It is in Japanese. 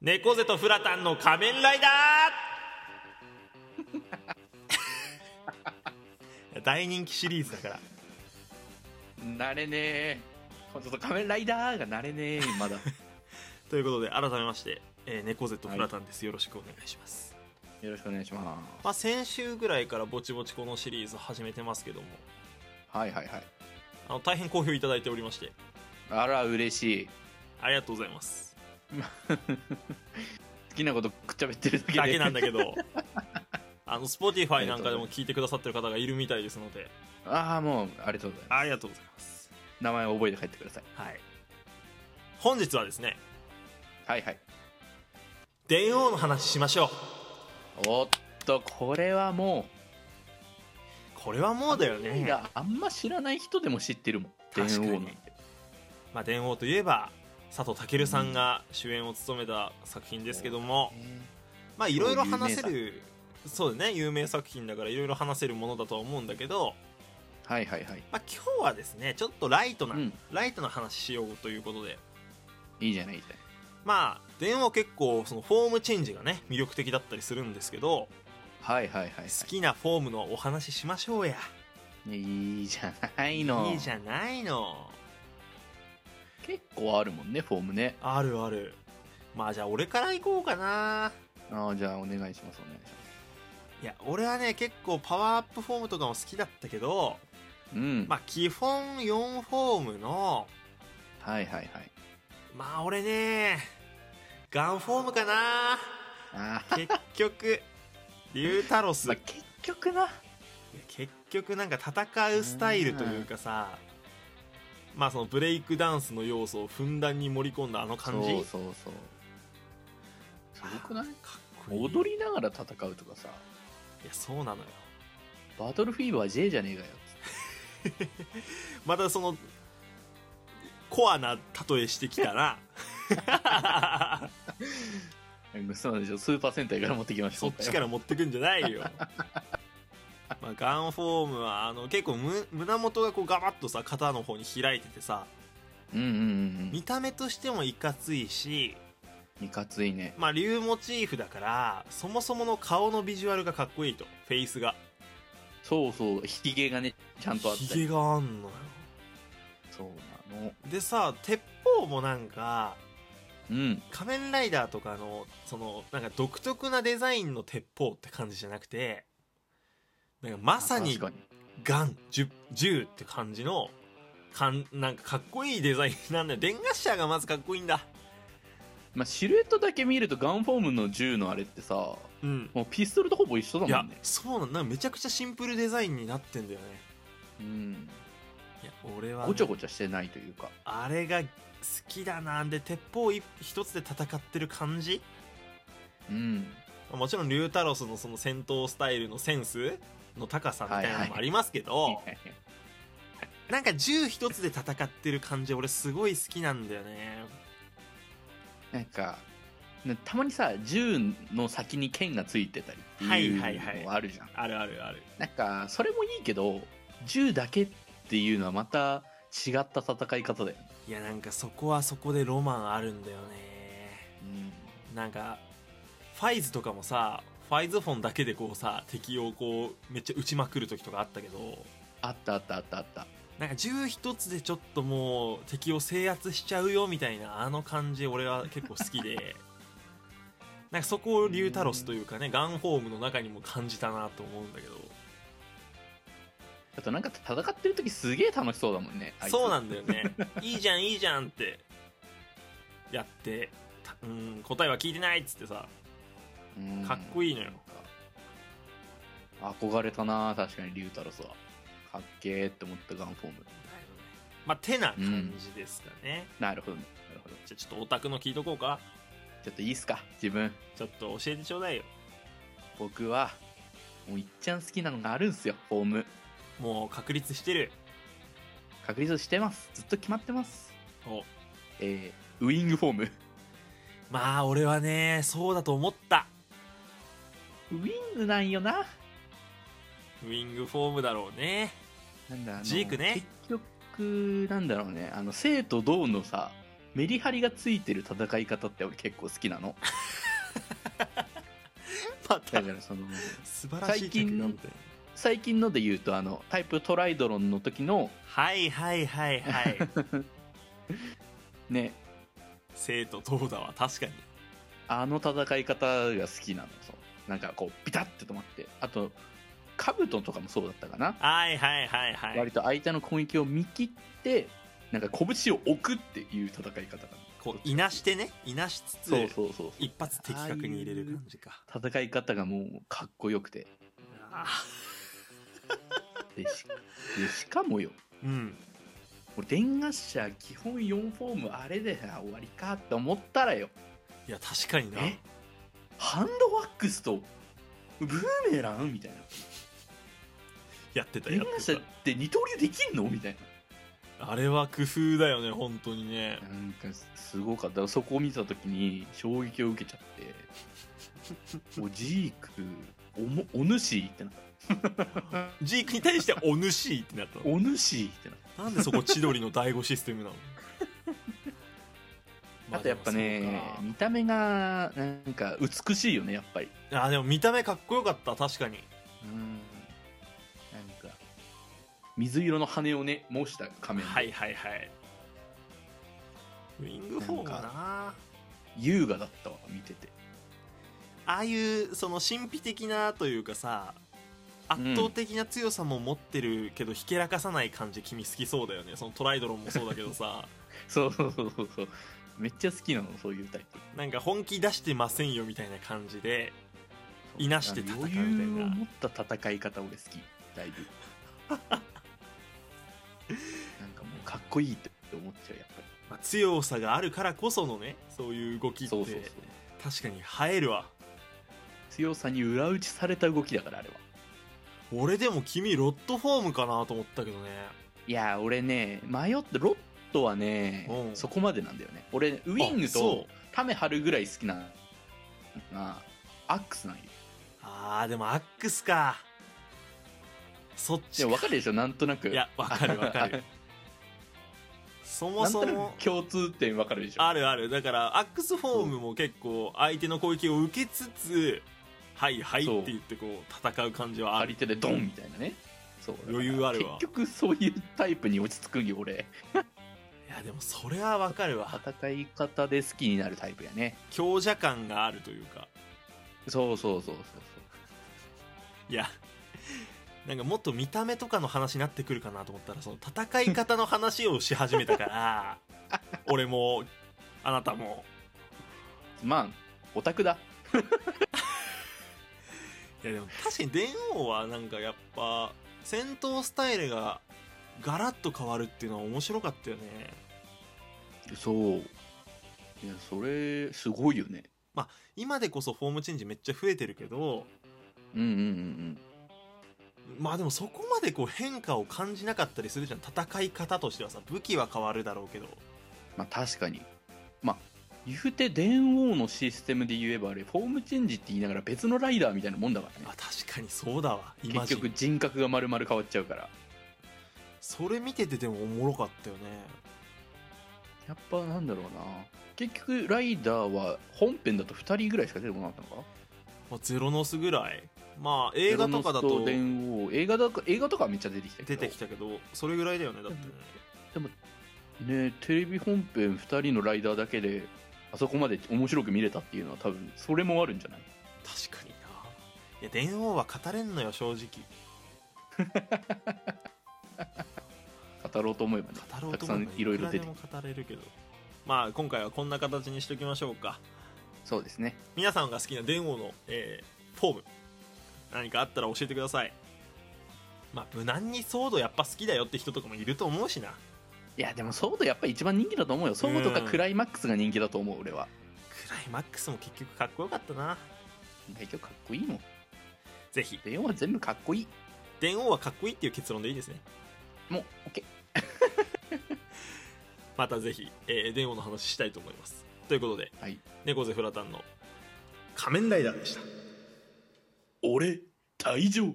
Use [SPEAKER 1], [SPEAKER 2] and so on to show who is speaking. [SPEAKER 1] 猫背とフラタンの仮面ラ イダー大人気シリーズだから
[SPEAKER 2] なれねえちょっと仮面ライダーがなれねえ まだ
[SPEAKER 1] ということで改めまして、えー猫背とフラタンです、よろしくお願いします、
[SPEAKER 2] よろしくお願いしま
[SPEAKER 1] まあ、先週ぐらいからぼちぼちこのシリーズ始めてますけども
[SPEAKER 2] すはいはいはい
[SPEAKER 1] あの大変好評いただいておりまして
[SPEAKER 2] あら嬉しい
[SPEAKER 1] ありがとうございます
[SPEAKER 2] 好きなことくっちゃべってるだけで
[SPEAKER 1] だけなんだけど あの Spotify なんかでも聞いてくださってる方がいるみたいですので
[SPEAKER 2] ああもうありがとうございま
[SPEAKER 1] ありがとうございます、
[SPEAKER 2] す名前を覚えて帰ってください
[SPEAKER 1] はい、本日はですね
[SPEAKER 2] はいはい
[SPEAKER 1] 電王の話しましょう
[SPEAKER 2] おっとこれはも
[SPEAKER 1] これはもうだよ
[SPEAKER 2] う、
[SPEAKER 1] ね
[SPEAKER 2] があんま知らない人でも知ってるもん
[SPEAKER 1] 確かに
[SPEAKER 2] 電王なんて
[SPEAKER 1] まあ、電王といえば佐藤健さんが主演を務めた作品ですけども、まあいろいろ話せるそうだね有名作品だからいろいろ話せるものだとは思うんだけど、
[SPEAKER 2] はいはいはい
[SPEAKER 1] まあ、今日はですねちょっとライトな、
[SPEAKER 2] うん
[SPEAKER 1] ライトな話しようということで
[SPEAKER 2] いいじゃないいいじゃない
[SPEAKER 1] まあ電話結構そのフォームチェンジがね魅力的だったりするんですけど
[SPEAKER 2] はいはいはい、は
[SPEAKER 1] 好きなフォームのお話ししましょうや
[SPEAKER 2] い、いいじゃないの
[SPEAKER 1] いいじゃないの
[SPEAKER 2] 結構あるもんねフォームね
[SPEAKER 1] あるあるまあじゃあ俺から行こうかな
[SPEAKER 2] ああじゃあお願いしますお願いし
[SPEAKER 1] いや俺はね結構パワーアップフォームとかも好きだったけど
[SPEAKER 2] ますうん、
[SPEAKER 1] まあ基本4フォームの
[SPEAKER 2] はいはいはい
[SPEAKER 1] まあ俺ねガンフォームかな
[SPEAKER 2] あー
[SPEAKER 1] 結局リュータロス
[SPEAKER 2] まあ結局な
[SPEAKER 1] 結局なんか戦うスタイルというかさまあそのブレイクダンスの要素をふんだんに盛り込んだあの感じ
[SPEAKER 2] そうそうそうすごくない
[SPEAKER 1] かっこいい
[SPEAKER 2] 踊りながら戦うとかさ
[SPEAKER 1] いやそうなのよ
[SPEAKER 2] バトルフィーバー J じゃねえかよ
[SPEAKER 1] またそのコアな例えしてきたな
[SPEAKER 2] うんそうなんですよスーパー戦隊から持ってきました
[SPEAKER 1] そっちから持ってくんじゃない よまあガンフォームはあの結構む胸元がこうガバッとさ肩の方に開いててさ
[SPEAKER 2] うんうんうん
[SPEAKER 1] 見た目としてもいかついし
[SPEAKER 2] うんいかついね
[SPEAKER 1] まあ竜モチーフだからそもそもの顔のビジュアルがかっこいいとフェイスが
[SPEAKER 2] そうそうひげがねちゃんとあった
[SPEAKER 1] ひげ
[SPEAKER 2] り
[SPEAKER 1] があんのよ
[SPEAKER 2] そうなの
[SPEAKER 1] でさ鉄砲もなんか
[SPEAKER 2] うん
[SPEAKER 1] 仮面ライダーとかのそのなんか独特なデザインの鉄砲って感じじゃなくてなんかまさに
[SPEAKER 2] 確か
[SPEAKER 1] ガン銃銃って感じのかんなんかかっこいいデザイン なんだよ電ガッシャーがまずかっこいいんだ
[SPEAKER 2] まあ、シルエットだけ見るとガンフォームの銃のあれってさ
[SPEAKER 1] うん
[SPEAKER 2] もうピストルとほぼ一緒
[SPEAKER 1] い
[SPEAKER 2] だも
[SPEAKER 1] や
[SPEAKER 2] んね
[SPEAKER 1] そうなんだめちゃくちゃシンプルデザインになってんだよね
[SPEAKER 2] うん
[SPEAKER 1] いや俺はね、
[SPEAKER 2] ごちゃごちゃしてないというか
[SPEAKER 1] あれが好きだなで鉄砲一一つで戦ってる感じ
[SPEAKER 2] うん
[SPEAKER 1] もちろん龍太郎スのその戦闘スタイルのセンスの高さみたいなのもありますけど、なんか銃一つで戦ってる感じ俺すごい好きなんだよね
[SPEAKER 2] なんかねたまにさ銃の先に剣がついてたりっていう
[SPEAKER 1] はいはいはい
[SPEAKER 2] のあるじゃん、
[SPEAKER 1] あるあるある
[SPEAKER 2] なんかそれもいいけど銃だけっていうのはまた違った戦い方だよね、
[SPEAKER 1] いやなんかそこはそこでロマンあるんだよねなんかファイズとかもさファイズフォンだけでこうさ敵をこうめっちゃ撃ちまくる時とかあったけど
[SPEAKER 2] あったあったあったあった
[SPEAKER 1] なんか銃一つでちょっともう敵を制圧しちゃうよみたいなあの感じ俺は結構好きで なんかそこを竜太郎というかねガンフォームの中にも感じたなと思うんだけど
[SPEAKER 2] あとなんか戦ってる時すげえ楽しそうだもんねあいつ
[SPEAKER 1] そうなんだよ ねいいじゃんいいじゃんってやってたうん答えは聞いてないっつってさ
[SPEAKER 2] うん
[SPEAKER 1] かっこいいのよ
[SPEAKER 2] なんか憧れたな確かに龍太郎さんかっけえって思ったガンフォーム
[SPEAKER 1] まあてな感じですかね、
[SPEAKER 2] なるほどねなるほど
[SPEAKER 1] じゃあちょっとオタクの聞いとこうか
[SPEAKER 2] ちょっといいっすか自分
[SPEAKER 1] ちょっと教えてちょうだいよ
[SPEAKER 2] 僕はもういっちゃん好きなのがあるんすよフォーム
[SPEAKER 1] もう確立してる
[SPEAKER 2] 確立してますずっと決まってます
[SPEAKER 1] お
[SPEAKER 2] えー、ウイングフォーム
[SPEAKER 1] まあ俺はねそうだと思った
[SPEAKER 2] ウィングなんよな
[SPEAKER 1] ウィングフォームだろうね
[SPEAKER 2] なんだあの
[SPEAKER 1] ジークね
[SPEAKER 2] 結局なんだろうねあの生と銅のさメリハリがついてる戦い方って俺結構好きな の
[SPEAKER 1] また
[SPEAKER 2] だからその
[SPEAKER 1] 素晴らしい着眼点
[SPEAKER 2] 最近ので言うとあのタイプトライドロンの時の
[SPEAKER 1] はいはいはいはい
[SPEAKER 2] ね
[SPEAKER 1] 生と投打は確かに
[SPEAKER 2] あの戦い方が好きなのそうなんかこうビタッて止まってあとカブトとかもそうだったかな、
[SPEAKER 1] はいはいはいはい
[SPEAKER 2] 割と相手の攻撃を見切ってなんか拳を置くっていう戦い方なの
[SPEAKER 1] こういなしてねいなしつつ
[SPEAKER 2] そうそうそう
[SPEAKER 1] 一発的確に入れる感じか
[SPEAKER 2] 戦い方がもうかっこよくて
[SPEAKER 1] あ
[SPEAKER 2] でしでしかもよ
[SPEAKER 1] ーうん
[SPEAKER 2] 俺電ガッシャー基本4フォームあれであ終わりかって思ったらよ
[SPEAKER 1] いや確かにな
[SPEAKER 2] えハンドワックスとブーメランみたいな
[SPEAKER 1] やってた
[SPEAKER 2] 電
[SPEAKER 1] や
[SPEAKER 2] ガ
[SPEAKER 1] っ
[SPEAKER 2] ッシ
[SPEAKER 1] て
[SPEAKER 2] ャーって二刀流できんのみたい
[SPEAKER 1] たあれは工夫だよね本当にね
[SPEAKER 2] ななんかすごかったそこを見た時に衝撃を受けちゃ っておジークおもお主ってなった
[SPEAKER 1] ジークに対してお主ってなったの
[SPEAKER 2] お主ってなった
[SPEAKER 1] なんでそこ千鳥の第5システムなの ま
[SPEAKER 2] あとやっぱね見た目がなんか美しいよねやっぱり
[SPEAKER 1] ああでも見た目かっこよかった確かに
[SPEAKER 2] うんなんか水色の羽をね模した仮面、
[SPEAKER 1] はいはいはいウィングフォームな
[SPEAKER 2] なん
[SPEAKER 1] な
[SPEAKER 2] 優雅だったわ見てて
[SPEAKER 1] ああいうその神秘的なというかさ
[SPEAKER 2] うん
[SPEAKER 1] 圧倒的な強さも持ってるけどひけらかさない感じ君好きそうだよねそのトライドロンもそうだけど さ
[SPEAKER 2] そうそうそうそうそうめっちゃ好きなのそういうタイプ
[SPEAKER 1] なんか本気出してませんよみたいな感じでいなして戦うみたいな
[SPEAKER 2] 余裕を持った戦い方俺好きだ いぶなんかもうかっこいいって思っちゃうやっぱり
[SPEAKER 1] まあ強さがあるからこそのねそういう動きって
[SPEAKER 2] そうそうそう
[SPEAKER 1] 確かに映えるわ
[SPEAKER 2] 強さに裏打ちされた動きだからあれは
[SPEAKER 1] 俺でも君ロットフォームかなと思ったけどね
[SPEAKER 2] いやー俺ね迷ってロットはね、
[SPEAKER 1] うん
[SPEAKER 2] そこまでなんだよね俺ウィング
[SPEAKER 1] あそう
[SPEAKER 2] とタメ張るぐらい好きなのがアックスなんよ
[SPEAKER 1] あーでもアックスかそっち
[SPEAKER 2] で
[SPEAKER 1] か
[SPEAKER 2] も分かるでしょなんとなく
[SPEAKER 1] いやわかるわ かるそも
[SPEAKER 2] なん
[SPEAKER 1] そ
[SPEAKER 2] とな
[SPEAKER 1] も
[SPEAKER 2] く共通点分かるでしょ
[SPEAKER 1] あるあるだからアックスフォームも結構相手の攻撃を受けつつはいはいって言ってこう戦う感じはあ
[SPEAKER 2] 張
[SPEAKER 1] る
[SPEAKER 2] り手でドンみたいなねそう
[SPEAKER 1] 余裕あるわ
[SPEAKER 2] 結局そういうタイプに落ち着くんよ俺
[SPEAKER 1] いやでもそれはわかるわ
[SPEAKER 2] 戦い方で好きになるタイプやね
[SPEAKER 1] 強者感があるというか
[SPEAKER 2] そうそうそうそう
[SPEAKER 1] いやなんかもっと見た目とかの話になってくるかなと思ったらその戦い方の話をし始めたから 俺もあなたも
[SPEAKER 2] そうまあオタクだ
[SPEAKER 1] いやでも確かに電王はなんかやっぱ戦闘スタイルがガラッと変わるっていうのは面白かったよね
[SPEAKER 2] そういやそれすごいよね
[SPEAKER 1] 今でこそフォームチェンジめっちゃ増えてるけど
[SPEAKER 2] うんうんうん
[SPEAKER 1] まあでもそこまでこう変化を感じなかったりするじゃん戦い方としてはさ武器は変わるだろうけど
[SPEAKER 2] まあ確かにまあ言うて電王のシステムで言えばあれフォームチェンジって言いながら別のライダーみたいなもんだからね
[SPEAKER 1] あ確かにそうだわ今
[SPEAKER 2] 結局人格が丸々変わっちゃうから
[SPEAKER 1] それ見ててでもおもろかったよね
[SPEAKER 2] やっぱなんだろうな結局ライダーは本編だと2人ぐらいしか出てこなかったのか
[SPEAKER 1] まあ、ゼロノスぐらいまあ映画とかだ
[SPEAKER 2] ゼロ
[SPEAKER 1] と
[SPEAKER 2] ノス電王映画だか映画とかはめっちゃ出てきたけ
[SPEAKER 1] 出
[SPEAKER 2] ど
[SPEAKER 1] てきたけどそれぐらいだよねだってね
[SPEAKER 2] ねテレビ本編2人のライダーだけであそこまで面白く見れたっていうのは多分それもあるんじゃない
[SPEAKER 1] 確かにないや電王は語れんのよ正直
[SPEAKER 2] 語ろうと思えばね
[SPEAKER 1] 語ろう
[SPEAKER 2] た
[SPEAKER 1] と
[SPEAKER 2] くさ
[SPEAKER 1] 思えば
[SPEAKER 2] んいろいろ出
[SPEAKER 1] く
[SPEAKER 2] て
[SPEAKER 1] ら
[SPEAKER 2] き
[SPEAKER 1] でも語れるけどまあ今回はこんな形にしときましょうか
[SPEAKER 2] そうですね
[SPEAKER 1] 皆さんが好きな電王の、えーフォーム何かあったら教えてくださいまあ無難にソードやっぱ好きだよって人とかもいると思うしない
[SPEAKER 2] やでもソードやっぱり一番人気だと思うよソードか
[SPEAKER 1] うん
[SPEAKER 2] クライマックスが人気だと思う俺は
[SPEAKER 1] クライマックスも結局かっこよかったな
[SPEAKER 2] 結局かっこいいもん
[SPEAKER 1] ぜひ
[SPEAKER 2] 電話は全部かっこいい
[SPEAKER 1] 電王はかっこいいっていう結論でいいですね
[SPEAKER 2] もう OK
[SPEAKER 1] またぜひ、えー電王の話したいと思いますということで
[SPEAKER 2] はい
[SPEAKER 1] 猫背フラタンの仮面ライダーでした
[SPEAKER 2] 俺退場